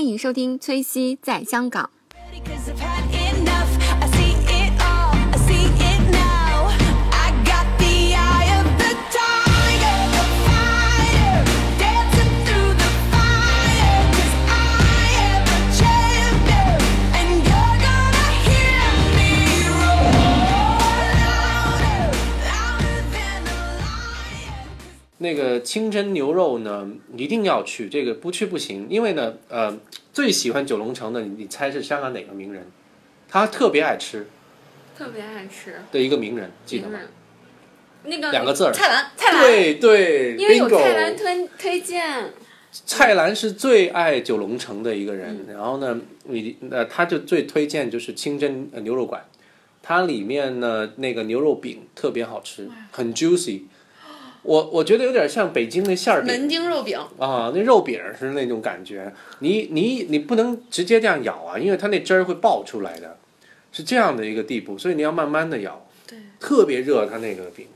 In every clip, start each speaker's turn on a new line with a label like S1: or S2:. S1: 迎收听崔西在香港。
S2: Cause I've had enough. I see it all. I see it now. I got the eye of the tiger, the fire, dancing through the fire. Cause I am the champion, and you're gonna hear me roar louder, louder than a lion.
S3: 那个清真牛肉呢，一定要去，这个不去不行。因为呢，呃，最喜欢九龙城的，你你猜是香港哪个名人？他特别爱吃
S4: 特别爱吃，
S3: 的一个名人，记得吗？
S4: 嗯那个
S3: 两个字儿
S4: 菜篮，菜篮，
S3: 对对
S4: 嗯因为有菜篮
S3: ，bingo。
S4: 推推荐，
S3: 蔡澜是最爱九龙城的一个人，
S4: 嗯
S3: 然后呢，你呃，他就最推荐就是清真呃牛肉馆，它里面呢那个牛肉饼特别好吃，很 juicy。我我觉得有点像北京那馅儿饼，
S4: 门钉肉
S1: 哦
S4: 饼，
S3: 啊，那肉饼儿是那种感觉，你你你不能直接这样咬啊，因为它那汁儿会爆出来的，是这样的一个地步，所以你要慢慢的咬。
S4: 对，
S3: 特别热，它那个饼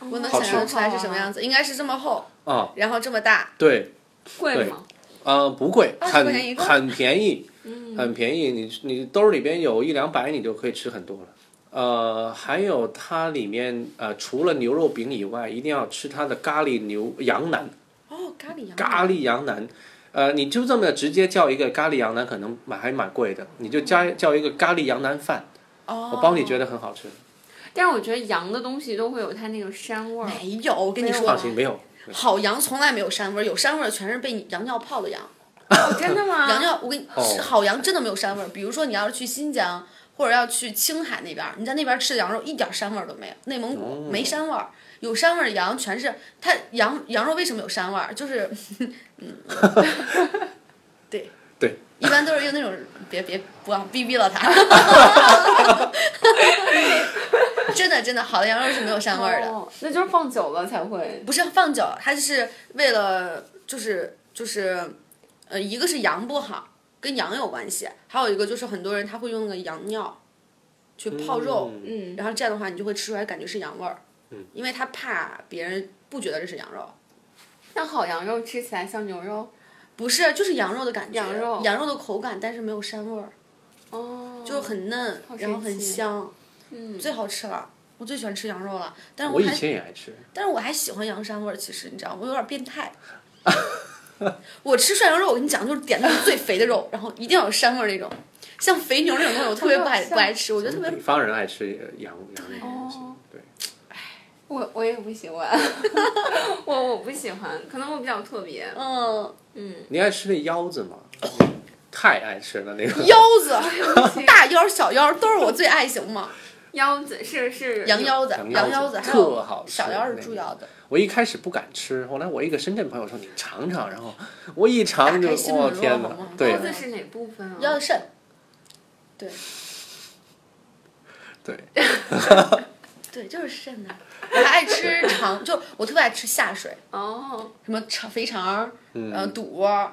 S4: 我能
S3: 好
S4: 想
S3: 吃
S4: 象出来是什么样子，应该是这么厚，
S3: 啊，
S4: 然后这么大，
S3: 对，
S4: 贵吗？
S3: 呃，不贵，
S4: 20
S3: 很
S4: 块钱一个嗯
S3: 很便宜，很便宜，你你兜里边有一两百，你就可以吃很多了。呃，还有它里面呃，除了牛肉饼以外，一定要吃它的咖喱牛羊腩，
S4: 哦，咖喱羊，
S3: 咖喱羊腩，呃，你就这么直接叫一个咖喱羊腩，可能买还蛮贵的，你就加叫一个咖喱羊腩饭，
S4: 嗯哦，
S3: 我帮你觉得很好吃。
S1: 但是我觉得羊的东西都会有它那个膻味儿，
S4: 没有，我跟你
S1: 没有啊
S4: 说
S3: 放
S1: 吧，
S3: 心，没有，
S4: 好羊从来没有膻味儿，有膻味儿的全是被你羊尿泡的羊。
S1: 哦，真的吗？
S4: 羊尿，我跟你
S3: 哦
S4: 是好羊真的没有膻味儿。比如说你要是去新疆或者要去青海那边儿，你在那边吃的羊肉一点儿膻味儿都没有，内蒙
S3: 哦
S4: 古没膻味儿。有膻味儿的羊全是它羊羊肉为什么有膻味儿？就是， 嗯，对
S3: 对，
S4: 一般都是用那种别别不要逼逼了 它。真的真的，好的羊肉是没有膻味儿的。嗯
S1: 哦，那就是放久了才会。
S4: 不是放久，它就是为了就是就是，呃，一个是羊不好，跟羊有关系，还有一个就是很多人他会用那个羊尿去泡肉，
S3: 嗯
S1: 嗯，
S4: 然后这样的话你就会吃出来感觉是羊味儿，因为他怕别人不觉得这是羊肉，
S1: 那好羊肉吃起来像牛肉
S4: 不是就是羊肉的感觉，
S1: 羊肉
S4: 羊肉的口感，但是没有膻味儿，
S1: 哦，
S4: 就很嫩，
S1: 好
S4: 然后很
S1: 神奇
S4: 香，
S1: 嗯，
S4: 最好吃了。我最喜欢吃羊肉了，但是
S3: 啊我以
S4: 嗯还
S3: 前也爱吃，
S4: 但是我还喜欢羊膻味儿，其实你知道吗，我有点变态。我吃涮羊肉，我跟你讲，就是点那种最肥的肉，然后一定要有膻味儿那种，像肥牛那种东西，我特别不爱不爱吃，我觉得特别
S3: 北方人爱吃羊羊那种东西
S1: 哦，
S3: 对，
S1: 我我也不喜 欢，我我不喜欢，可能我比较特别。
S4: 嗯
S3: 你爱吃那腰子 吗？太爱吃了那个
S4: 腰子，
S1: 对不起
S4: 大腰儿小腰儿都是我最爱，行吗？
S1: 腰子是是
S4: 羊腰子，
S3: 羊腰
S4: 羊
S3: 子
S4: 腰子，还
S3: 特好
S4: 有
S3: 吃
S4: 小腰儿
S3: 那
S4: 是猪
S3: 个
S4: 腰子，
S3: 我一开始不敢吃，后来我一个深圳朋友说你尝尝，然后我一尝就
S4: 打开心门
S3: 哇
S4: 了
S3: 天
S4: 好
S3: 哪
S4: 吗，
S3: 对
S1: 腰子是哪部分啊？
S4: 腰子肾，
S3: 对，
S4: 对，就是肾呐、我还爱吃肠，就是我特别爱吃下水，
S1: 哦，
S4: 什么肠肥肠儿，呃
S3: 嗯，
S4: 肚窝，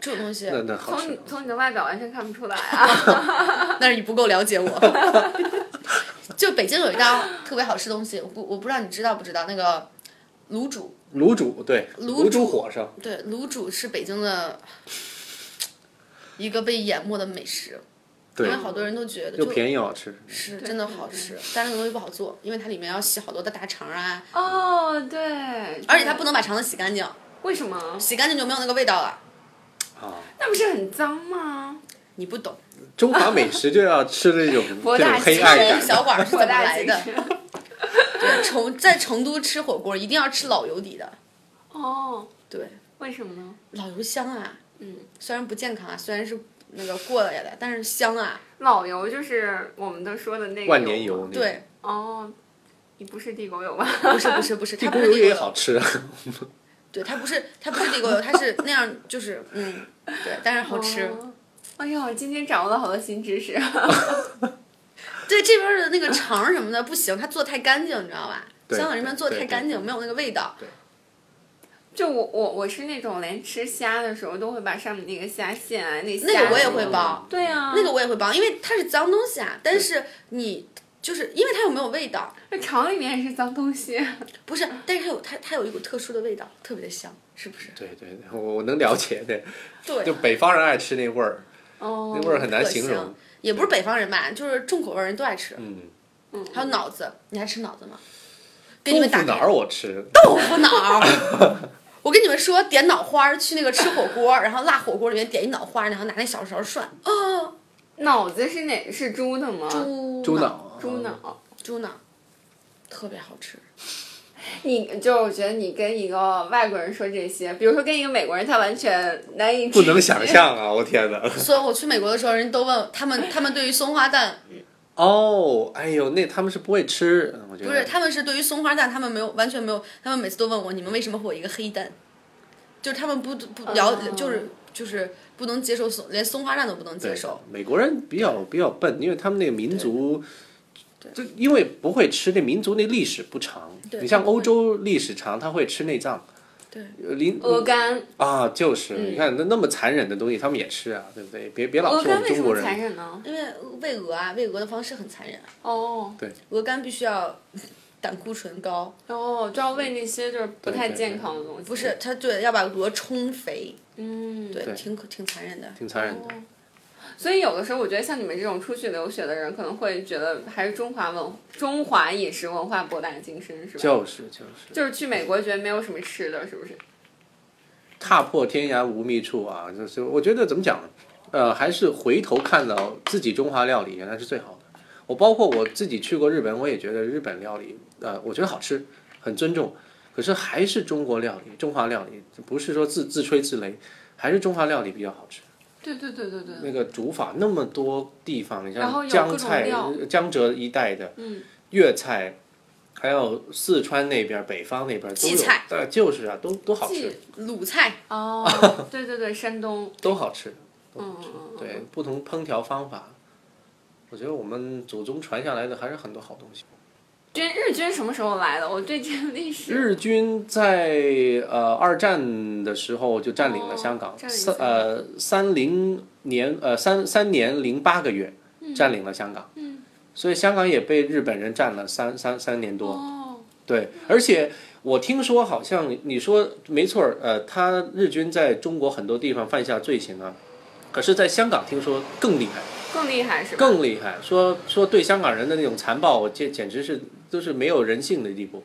S4: 这种东西，
S3: 那那好
S1: 从你
S3: 吃，
S1: 从你的外表完全看不出来啊。
S4: 但是你不够了解我。 就北京有一道特别好吃的东西，我不我不知道你知道不知道那个卤煮？
S3: 卤煮对，
S4: 卤
S3: 卤煮
S4: 煮
S3: 火烧，
S4: 对，卤煮是北京的一个被淹没的美食，因
S3: 对
S4: 为，好多人都觉得
S3: 又
S4: 就
S3: 便宜又好吃，
S4: 是
S1: 对
S4: 真的好吃，但是那个东西不好做，因为它里面要洗好多的大肠啊，
S1: 哦，对，
S4: 而且它不能把肠子洗干净，
S1: 为什么？
S4: 洗干净就没有那个味道了。
S3: 啊。
S1: 那不是很脏吗？
S4: 你不懂，
S3: 中华美食就要吃那 种
S1: 博
S3: 这种
S1: 大
S3: 黑
S1: 精
S3: 暗
S4: 那
S3: 感
S4: 个小馆儿是怎
S1: 博
S4: 么
S1: 大
S4: 来
S1: 精
S4: 的？
S1: 深。
S4: 对，成在成都吃火锅一定要吃老油底的，
S1: 哦，
S4: 对，
S1: 为什么呢？
S4: 老油香啊，
S1: 嗯，
S4: 虽然不健康啊，虽然是那个过了也的，但是香啊，
S1: 老油就是我们都说的那个
S3: 万年油
S1: 吗。
S3: 那种。
S4: 对，
S1: 哦，你不是地沟油吧？
S4: 不是不是不是，
S3: 地
S4: 它
S3: 沟
S4: 不是
S3: 油
S4: 地沟
S3: 也好
S4: 油，
S3: 吃，啊
S4: 对，它不是它不是地沟油，它是那样就是嗯，对，但是 好吃。
S1: 哦哎呦，今天掌握了好多新知识。
S4: 对这边的那个肠儿什么的不行，它做的太干净，你知道吧？
S3: 对
S4: 香港这边做的
S3: 对
S4: 太
S3: 对
S4: 干净，没有那个味道。
S1: 就我我我是那种连吃虾的时候都会把上面那个虾线啊，那虾
S4: 那个我也
S1: 什么
S4: 会
S1: 的
S4: 包，
S1: 对啊，
S4: 那个我也会包，因为它是脏东西啊。但是你就是因为它又没有味道，
S1: 那厂里面也是脏东西，
S4: 不是，但是它有它它有一股特殊的味道，特别的香，是不是？
S3: 对对，对我我能了解对，
S4: 对
S3: 就北方人爱吃那味儿，
S1: 哦，
S3: 那味儿很难
S4: 特
S3: 形
S4: 香
S3: 容。
S4: 也不是北方人吧，就是重口味儿人都爱吃。
S3: 嗯，
S4: 还有脑子，你还吃脑子吗？给你
S3: 豆
S4: 们打
S3: 腐
S4: 开
S3: 脑儿我吃，
S4: 豆腐脑儿。 我跟你们说，点脑花儿去那个吃火锅，然后辣火锅里面点一脑花，然后拿那小勺涮。哦，
S1: 脑子是哪是猪的吗？
S4: 猪
S3: 猪脑，啊
S1: 猪，脑。
S4: 猪脑，特别好吃。
S1: 你就我觉得你跟一个外国人说这些，比如说跟一个美国人，他完全难以
S3: 不
S1: 置
S3: 能
S1: 信
S3: 想。象啊！我天哪！
S4: 所以我去美国的时候，人都问他们，他们对于松花蛋
S3: 哦，哎呦，那他们是不会吃，嗯我觉得
S4: 不是，他们是对于松花蛋，他们没有完全没有，他们每次都问我，你们为什么会有一个黑蛋？就是他们不不了，
S1: 哦
S4: 就是就是不能接受松，连松花蛋都不能接
S3: 对
S4: 受。
S3: 美国人比较比较笨，因为他们那个民族，就因为不会吃，那民族那历史不长。
S4: 对
S3: 你像
S4: 他不会
S3: 欧洲历史长，他会吃内脏。
S4: 对
S3: 呃，林
S1: 鹅肝，
S3: 啊，就是、
S1: 嗯
S3: 你看那那么残忍的东西，他们也吃啊，对不对？别别老
S1: 鹅
S3: 说我
S1: 肝
S3: 们
S1: 为什
S3: 中国
S1: 么
S3: 人
S1: 残忍呢？
S4: 因为喂鹅啊，喂鹅的方式很残忍，啊
S1: 哦
S4: 鹅肝必须要 胆固醇高，
S1: 哦，就要喂那些就是不太健康的东西。
S4: 不是，它对要把鹅冲肥，
S1: 嗯，
S4: 对，
S3: 对
S4: 挺可挺残忍的。
S3: 挺残忍的。
S4: 哦
S1: 所以有的时候我觉得像你们这种出去留学的人，可能会觉得还是中华文中华饮食文化博大精深，是吧？
S3: 就是就是，
S1: 就是去美国觉得没有什么吃的，是不是？
S3: 踏破天涯无觅处啊！就是我觉得怎么讲呢？呃，还是回头看到自己中华料理原来是最好的。我包括我自己去过日本，我也觉得日本料理，呃，我觉得好吃，很尊重。可是还是中国料理，中华料理不是说自自吹自擂，还是中华料理比较好吃。
S1: 对对对对
S4: 嗯
S1: 对。
S3: 那个煮法那么多地方，你
S1: 然
S3: 像
S1: 后有
S3: 江
S1: 各种
S3: 菜
S1: 料、
S3: 江浙一带的
S1: 嗯，
S3: 粤菜，还有四川那边、北方那边都
S4: 荠
S3: 有
S4: 菜，
S3: 对，就是啊，都都好
S1: 荠
S3: 吃，
S4: 鲁菜，
S1: 哦， 对对对，山东，
S3: 都好吃。
S1: 嗯嗯嗯，
S3: 对，不同烹调方法，我觉得我们祖宗传下来的还是很多好东西。
S1: 军日军什么时候来的？我对这个历史
S3: 日军在呃二战的时候就占领了
S1: 哦
S3: 香港，
S1: 占领
S3: 三
S1: 香港
S3: 呃三零年呃三三年零八个月占领了香港，
S1: 嗯
S3: 所以香港也被日本人占了三三三年多。
S1: 哦，
S3: 对，而且我听说好像你你说没错儿，呃，他日军在中国很多地方犯下罪行啊，可是在香港听说更厉害。
S1: 更厉害是吧？
S3: 更厉害，说说对香港人的那种残暴，简简直是都是没有人性的地步。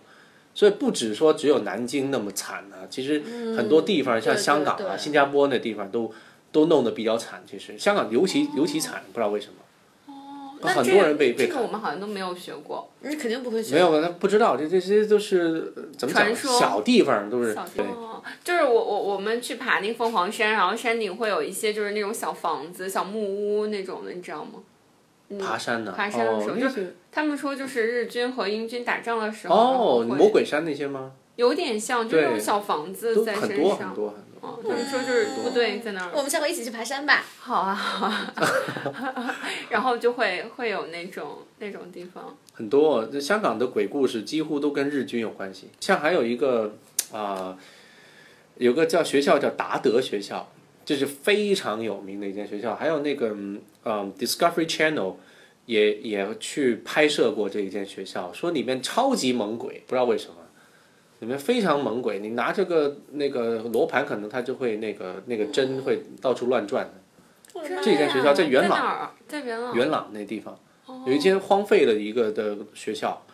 S3: 所以不只说只有南京那么惨啊，其实很多地方、
S4: 嗯
S3: 像
S4: 对
S3: 香港啊、
S4: 对对
S3: 新加坡那地方都都弄得比较惨。其实香港尤其、尤其惨，不知道为什么。
S1: 哦，
S3: 很
S1: 那
S3: 多
S1: 这个
S3: 人被被
S1: 这个
S3: 砍
S1: 我们好像都没有学过，
S4: 你肯定不会学。
S3: 没有，他不知道，这这这些都是呃怎么讲？
S1: 传说
S3: 小地方都是
S1: 小
S3: 对，
S1: 哦，就是我我我们去爬那个凤凰山，然后山顶会有一些就是那种小房子、小木屋那种的，你知道吗？
S3: 爬山呢、
S1: 嗯爬山的时候
S3: 哦，
S1: 就
S3: 那些
S1: 他们说就是日军和英军打仗的时候，然后
S3: 哦，
S1: 会
S3: 魔鬼山那些吗？
S1: 有点像，就是那种
S3: 对
S1: 小房子
S3: 都
S1: 在
S3: 很
S1: 身
S3: 多很
S1: 上。
S3: 多很多。
S1: 哦，他们说就是部队哎在那儿，
S4: 我们下回一起去爬山吧。
S1: 好啊好啊， 然后就会会有那种那种地方，
S3: 很多，这香港的鬼故事几乎都跟日军有关系。像还有一个啊、有个叫学校叫达德学校，这是非常有名的一间学校。还有那个嗯、呃 Discovery Channel 也也去拍摄过这一间学校，说里面超级猛鬼，不知道为什么。里面非常猛鬼，你拿这个那个罗盘，可能它就会那个那个针会到处乱转。这一
S1: 在
S3: 间学校在元
S1: 在哪
S3: 朗，
S1: 儿？在元
S4: 嗯
S1: 朗。
S3: 元朗那地方，
S4: 哦
S3: 有一间荒废的一个的学校，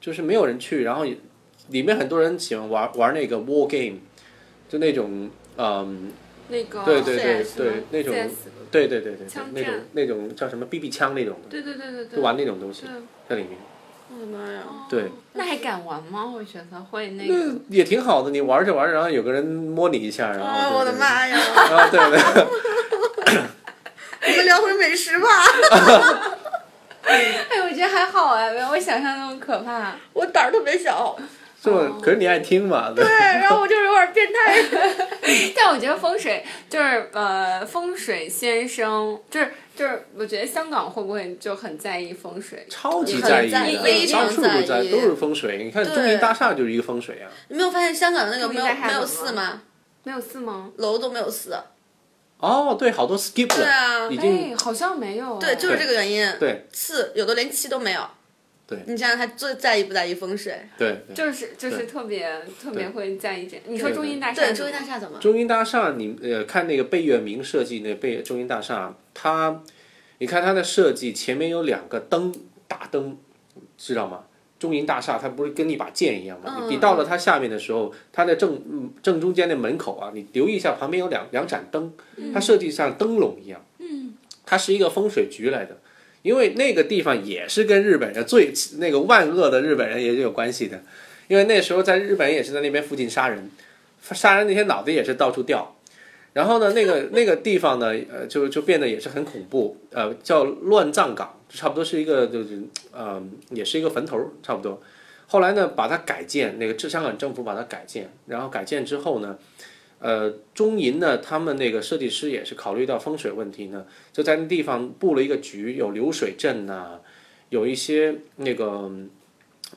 S3: 就是没有人去，然后也里面很多人喜欢玩玩那个 war game，就那种嗯，
S1: 那个
S4: 哦
S3: 对对对
S1: CS
S3: 对
S1: 吗
S3: 那种
S1: CS
S3: 对对对对对
S1: 枪，
S3: 那种
S1: 战
S3: 那种叫什么 BB 枪那种的，
S1: 对对对对对，
S3: 就玩那种东西
S1: 对
S4: 嗯
S3: 在里面，
S4: 我的妈呀！
S3: 对。
S1: 那还敢玩吗？我觉得会那个。
S3: 那也挺好的，你玩着玩着，然后有个人摸你一下，然后
S4: 啊，
S3: 哦对
S4: 我的！妈呀！
S3: 对对啊，对对，
S4: 我们聊回美食吧。
S1: 哎，我觉得还好哎，没有我想象那么可 怕。
S4: 我胆儿特别小，
S3: 是
S4: 哦
S3: 吧？可是你爱听嘛？对，
S4: 对，然后我就是有点变态。
S1: 但我觉得风水就是呃，风水先生就是就是，我觉得香港会不会就很在意风水？
S3: 超级在意
S4: 很在
S3: 的，
S4: 意
S3: 到处都
S4: 非常在
S3: 在，
S4: 意
S3: 都是风水。你看
S4: 对
S3: 中银大厦就是一个风水啊。
S4: 你没有发现香港的那个没
S1: 注意
S4: 有
S1: 力太
S4: 没有
S1: 猛
S4: 寺
S1: 了
S4: 吗？
S1: 没有寺吗？
S4: 楼都没有寺。
S3: 哦，对，好多 skip 了，
S4: 对啊
S3: 已经
S1: 哎，好像没有哎。
S4: 对，就是这个原因。
S3: 哦对
S4: 寺有的连七都没有，
S3: 对
S4: 你想想他最在意不在意风水？
S3: 对，对
S1: 就是就是
S3: 对
S1: 特别特别
S3: 对
S1: 会在意这。你说
S3: 对
S1: 中
S3: 对
S1: 银大厦
S4: 对，
S1: 怎
S4: 中
S1: 么
S4: 医
S1: 了，
S4: 大厦怎么？
S3: 中英大厦，你呃看那个贝聿铭设计那贝中英大厦，它，你看它的设计前面有两个灯，大灯，知道吗？中银大厦它不是跟一把剑一样吗？你你到了它下面的时候，它的正嗯正中间的门口啊，你留意一下旁边有两两盏灯，它设计像灯笼一样。嗯，它是一个风水局来的。因为那个地方也是跟日本人最那个万恶的日本人也是有关系的，因为那时候在日本也是在那边附近杀人，杀人那些脑袋也是到处掉。然后呢，那个那个地方呢，呃，就就变得也是很恐怖，呃，叫乱葬岗，差不多是一个就是，呃，也是一个坟头儿，差不多。后来呢，把它改建，那个香港政府把它改建，然后改建之后呢，呃，中银呢，他们那个设计师也是考虑到风水问题呢，就在那地方布了一个局，有流水阵呐、有一些那个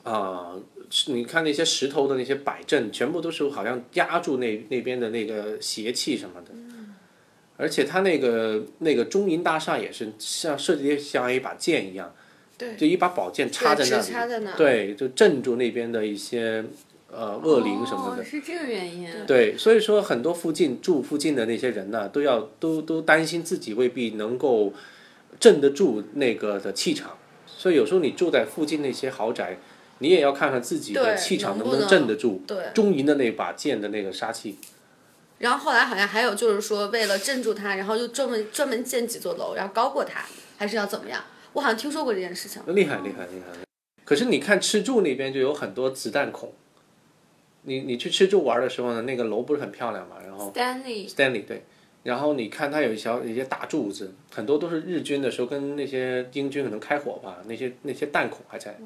S3: 啊、是你看那些石头的那些摆阵，全部都是好像压住那那边的那个邪气什么的。而且它那个那个中银大厦也是像设计得像一把剑一样，
S4: 对
S3: 就一把宝剑插在
S4: 对
S3: 那里，
S4: 直插在那
S3: 对，就镇住那边的一些呃恶灵什么的。
S1: 哦，是这个原因。
S3: 对，所以说很多附近住附近的那些人呢、都要都都担心自己未必能够镇得住那个的气场，所以有时候你住在附近那些豪宅，你也要看看自己的
S4: 对
S3: 气场
S4: 能
S3: 能
S4: 不
S3: 不能
S4: 能
S3: 镇得住
S4: 对
S3: 中银的那把剑的那个杀气。
S4: 然后后来好像还有就是说，为了镇住他，然后就专门专门建几座楼，然后高过他，还是要怎么样？我好像听说过这件事情。
S3: 厉害厉害厉害！可是你看吃住那边就有很多子弹孔，你你去吃住玩的时候呢，那个楼不是很漂亮嘛，然后
S1: Stanley，
S3: Stanley 对，然后你看它有一小一些大柱子，很多都是日军的时候跟那些英军可能开火吧，那些那些弹孔还在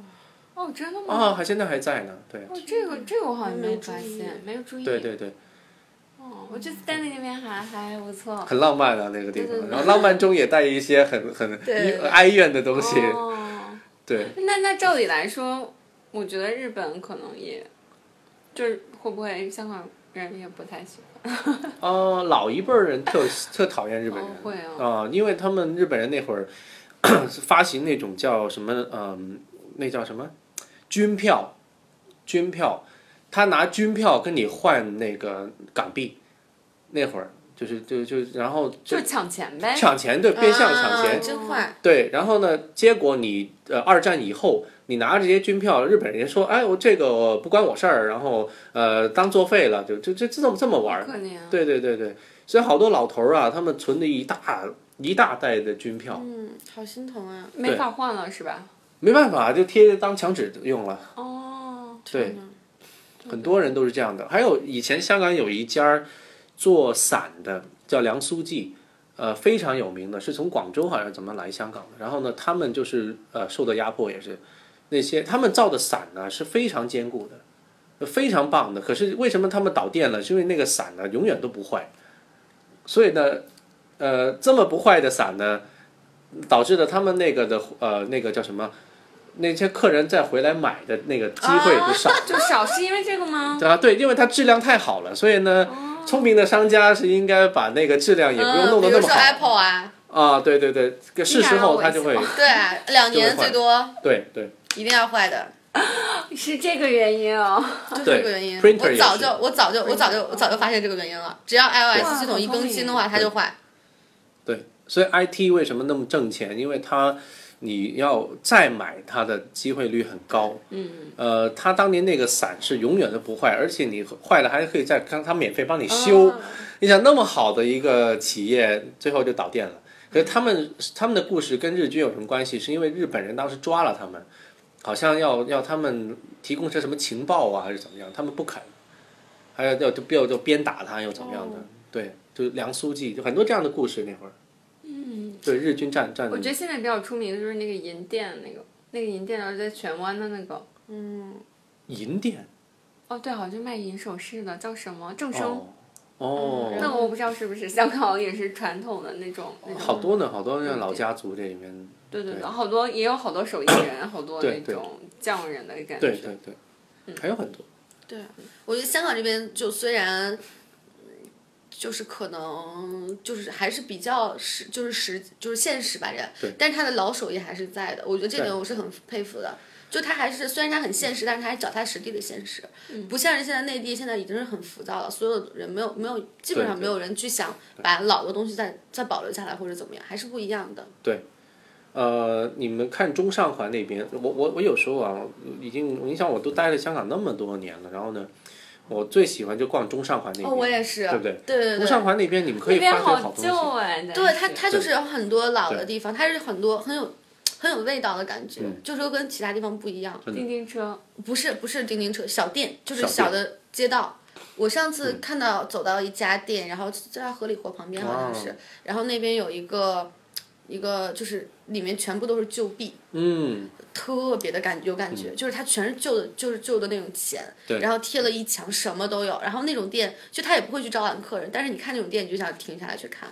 S1: 哦，真的吗？
S3: 啊，还现在还在呢，对
S1: 哦，这个这个我好像没有发
S4: 没注意
S1: 现，没有注意。
S3: 对对对，
S1: 哦，我觉得 Stanley 那边还还不错。
S3: 很浪漫啊那个地
S1: 对对
S3: 方，
S1: 对
S3: 然后浪漫中也带一些很很
S4: 对
S3: 哀怨的东西，
S1: 哦，
S3: 对，
S1: 那那照理来说，我觉得日本可能也，就是会不会香港人也不太喜欢？
S3: 呃，老一辈儿人特特讨厌日本人，
S1: 哦会
S3: 啊、因为他们日本人那会儿 发行那种叫什么，嗯、那叫什么军票，军票，他拿军票跟你换那个港币，那会儿就是就就然后就
S1: 就
S3: 是
S1: 抢钱呗。
S3: 抢钱，对，变相抢钱
S4: 啊，真坏。
S3: 对，然后呢，结果你呃二战以后，你拿着这些军票，日本人说，哎，我这个我不关我事儿，然后呃当作废了，就就就这么这么玩儿，
S1: 可怜啊。
S3: 对对对对，所以好多老头儿啊，他们存了一大一大袋的军票，
S4: 嗯，好心疼啊！
S1: 没法换了是吧？
S3: 没办法，就贴当墙纸用了。
S1: 哦，
S3: 对
S4: 天，哪
S3: 很多人都是这样的。还有以前香港有一家儿做伞的，叫梁苏记，呃，非常有名的，是从广州好像怎么来香港的。然后呢，他们就是呃受到压迫也是，那些他们造的伞呢是非常坚固的，非常棒的。可是为什么他们倒店了？是因为那个伞呢永远都不坏，所以呢，呃，这么不坏的伞呢，导致了他们那个的呃那个叫什么？那些客人再回来买的那个机会就少了
S1: 就少是因为这个吗？
S3: 对啊，对，因为它质量太好了，所以呢，聪明的商家是应该把那个质量也不用
S4: 嗯，
S3: 弄
S4: 比
S3: 得那么
S4: 如说
S3: 好、
S4: Apple 啊，
S3: 啊。对对对，是时候它就会
S1: 你想让我一
S4: 对啊，两年最多，
S3: 对对
S4: 一定要坏的，
S1: 是这个原因哦。
S4: 就是
S3: 对
S4: 这个原因。
S3: printer
S4: 我早
S3: 也是
S4: 就我早就我早就我早就发现这个原因了，只要 iOS 系统一更
S3: 啊
S4: 新的话，它就坏。
S3: 对，所以 IT 为什么那么挣钱？因为它你要再买它的机会率很高。嗯。呃，它当年那个伞是永远都不坏，而且你坏了还可以再让它免费帮你修。
S1: 啊
S3: 你想那么好的一个企业，最后就倒店了。可是他们他们的故事跟日军有什么关系？是因为日本人当时抓了他们，好像要要他们提供些什么情报啊，还是怎么样？他们不肯，还有要就要就鞭打他又怎么样
S1: 哦
S3: 的？对，就是梁书记，就很多这样的故事那会儿。嗯，对，日军战战，
S1: 我觉得现在比较出名的就是那个银店，那个那个银店，然后在荃湾的那个，
S4: 嗯
S3: 银店
S1: 哦对，好像卖银首饰的，叫什么正生嗯
S3: 哦。哦，
S1: 那我不知道是不是香港也是传统的那种那种，
S3: 好多呢，好多那老家族这里面，
S1: 对对对，
S3: 对
S1: 好多也有好多手艺人，好多那
S3: 对对
S1: 种匠人的感觉。
S3: 对对对，还有很多。
S4: 我觉得香港这边就虽然嗯就是可能就是还是比较实，就是实就是现实吧，人。但是他的老手艺还是在的，我觉得这点我是很佩服的。就他还是虽然他很现实，但是他还脚踏实地的现实，
S3: 嗯
S4: 不像是现在内地现在已经是很浮躁了，所有人没有没有基本上
S3: 对
S4: 没有人去想把老的东西再再保留下来或者怎么样，还是不一样的。
S3: 呃，你们看中上环那边，我我我有时候啊，已经你想我都待在香港那么多年了，然后呢，我最喜欢就逛中上环那边，
S4: 哦，我也是，
S3: 对不对？
S4: 对对
S3: 中
S4: 对
S3: 上环那边你们可以
S1: 那
S3: 发
S1: 边
S3: 现
S1: 好
S3: 东西，
S1: 旧哎，
S4: 对
S1: 它
S4: 它，它就是有很多老的地方，它是很多很有很有味道的感觉，
S3: 嗯
S4: 就是又跟其他地方不一样。
S1: 叮叮车，
S4: 不是不是叮叮车，小店就是
S3: 小店嗯
S4: 小的街道。我上次看到走到一家店，然后在十里河旁边好像是
S3: 哦，
S4: 然后那边有一个一个就是里面全部都是旧币，
S3: 嗯，
S4: 特别的感有感觉，就是它全是旧的，就是旧的那种钱，然后贴了一墙，什么都有。然后那种店，就他也不会去招揽客人，但是你看那种店，你就想停下来去看，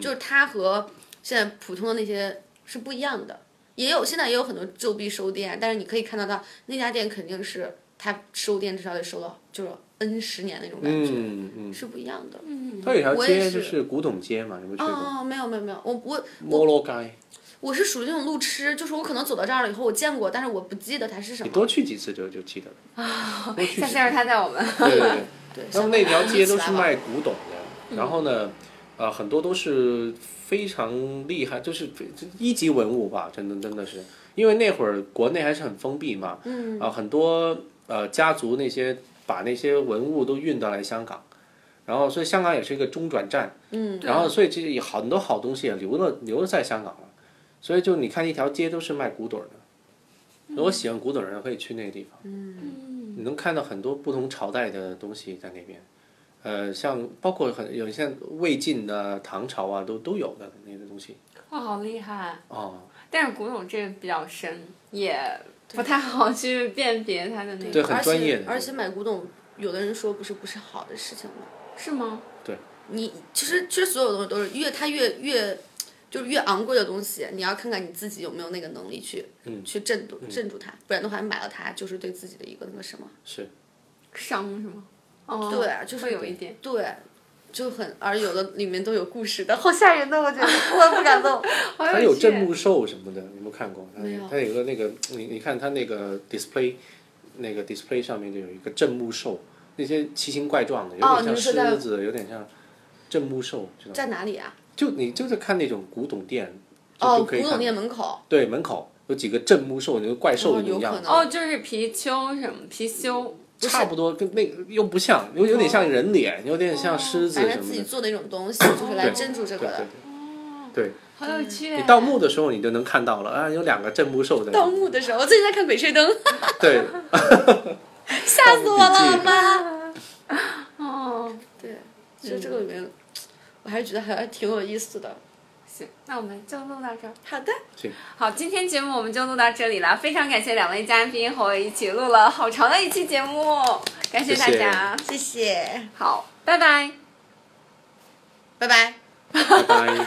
S4: 就是它和现在普通的那些是不一样的。也有现在也有很多旧币收店，但是你可以看得到那家店肯定是它收店至少得收到就是 N 十年那种感觉，
S3: 嗯嗯，
S4: 是不一样的。
S3: 它有一条
S4: 我也
S3: 街就是是古董街嘛，你们去过？
S4: 哦，没有没有没有，我我
S3: 摩洛街，
S4: 我是属于那种路痴，就是我可能走到这儿了以后我见过，但是我不记得它是什
S3: 你
S4: 么。
S3: 多去几次就就记得了。多去几
S1: 下
S3: 次
S1: 次让他带我们。
S3: 对对对
S4: 对，
S3: 然后
S4: 像
S3: 那条街都是
S4: 起来嗯吧
S3: 卖古董的，然后呢，呃，很多都是非常厉害，就是非一级文物吧，真的真的是，因为那会儿国内还是很封闭嘛，嗯，啊，很多呃家族那些把那些文物都运到来香港。然后，所以香港也是一个中转站，嗯，然后所以其实也好很多好东西也留了留了在香港了，所以就你看一条街都是卖古董的，
S4: 嗯
S3: 如果喜欢古董的人可以去那个地方，你能看到很多不同朝代的东西在那边，呃，像包括很有像魏晋啊、唐朝啊，都都有的那个东西。
S1: 哇，好厉害！
S3: 哦，
S1: 但是古董这个比较深，也不太好去辨别它的那
S3: 对
S1: 个，
S3: 很专业的
S4: 而且而且买古董，有的人说不是不是好的事情吗？
S1: 是吗？
S4: 你其实其实所有东西都是越它越越就是越昂贵的东西，你要看看你自己有没有那个能力去、
S3: 嗯
S4: 去镇住镇住它，不然的话你买了它就是对自己的一个那个什么，
S3: 是
S1: 伤是吗？哦，
S4: 对啊就是
S1: 会有一点。
S4: 对，就很而有的里面都有故事的，好吓人的，我觉 得我不敢动。
S1: 好
S3: 它有
S1: 趣
S3: 镇墓兽什么的，你有没有看过？它
S4: 没有
S3: 它有个那个，你你看它那个 display，那个 display 上面就有一个镇墓兽，那些奇形怪状的，有
S4: 哦
S3: 点像
S4: 你是在
S3: 狮子，有点像镇墓兽，知道吗？
S4: 在哪里啊？
S3: 就你就是看那种古董店，就
S4: 哦，
S3: 就可以
S4: 古
S3: 看
S4: 董
S3: 到
S4: 店门口。
S3: 对门口有几个镇墓兽，那个怪兽
S4: 哦
S3: 一
S4: 有
S3: 样
S4: 可。能
S1: 哦，就是貔貅什么貔
S4: 嗯
S1: 貅，
S3: 差不多跟那个又不像，有有点像人脸，有点像狮子
S4: 反
S3: 什
S4: 哦正自
S3: 么
S4: 己
S3: 的。
S4: 做的一种东西，就是来
S3: 对
S4: 镇住这
S3: 对
S4: 个的哦
S3: 对。对，
S1: 好有趣。
S3: 对你盗墓的时候你就能看到了啊，有两个镇墓兽在那
S4: 盗墓的时候，我最近在看《鬼吹灯》，
S3: 对， 啊
S4: 吓死我
S3: 盗墓笔
S4: 了，
S3: 记
S4: 妈！
S1: 哦，
S4: 对，其实这个里面，我还是觉得还挺有意思的。
S1: 行，那我们就录到这儿。
S4: 好的，
S3: 行，
S1: 好，今天节目我们就录到这里了，非常感谢两位嘉宾和我一起录了 好长的一期节目，感谢大家。
S4: 啊谢谢，
S1: 好，拜拜。
S4: 拜拜。
S3: 拜 拜。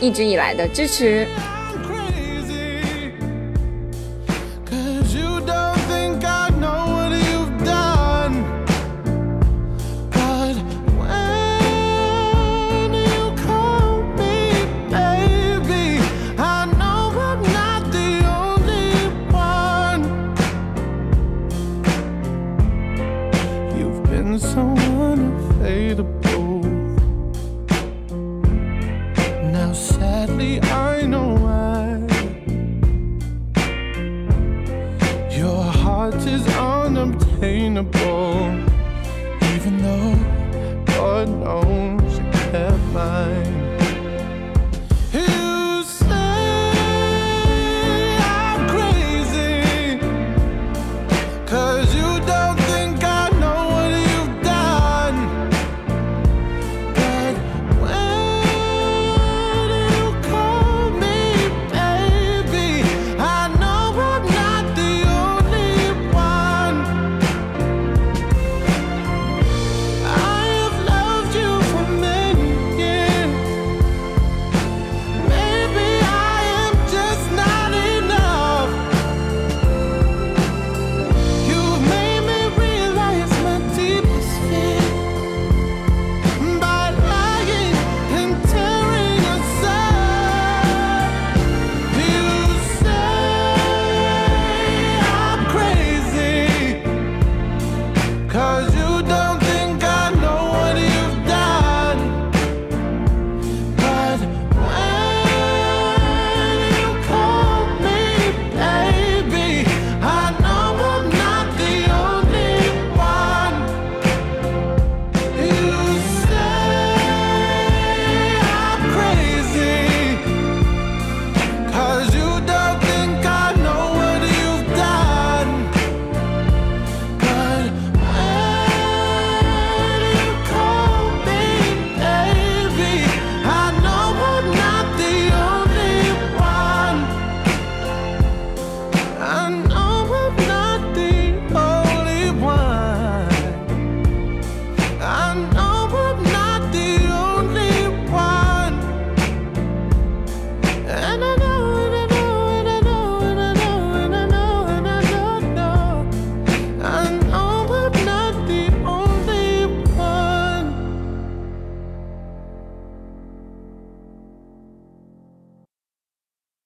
S1: 一直以来的支持。
S2: I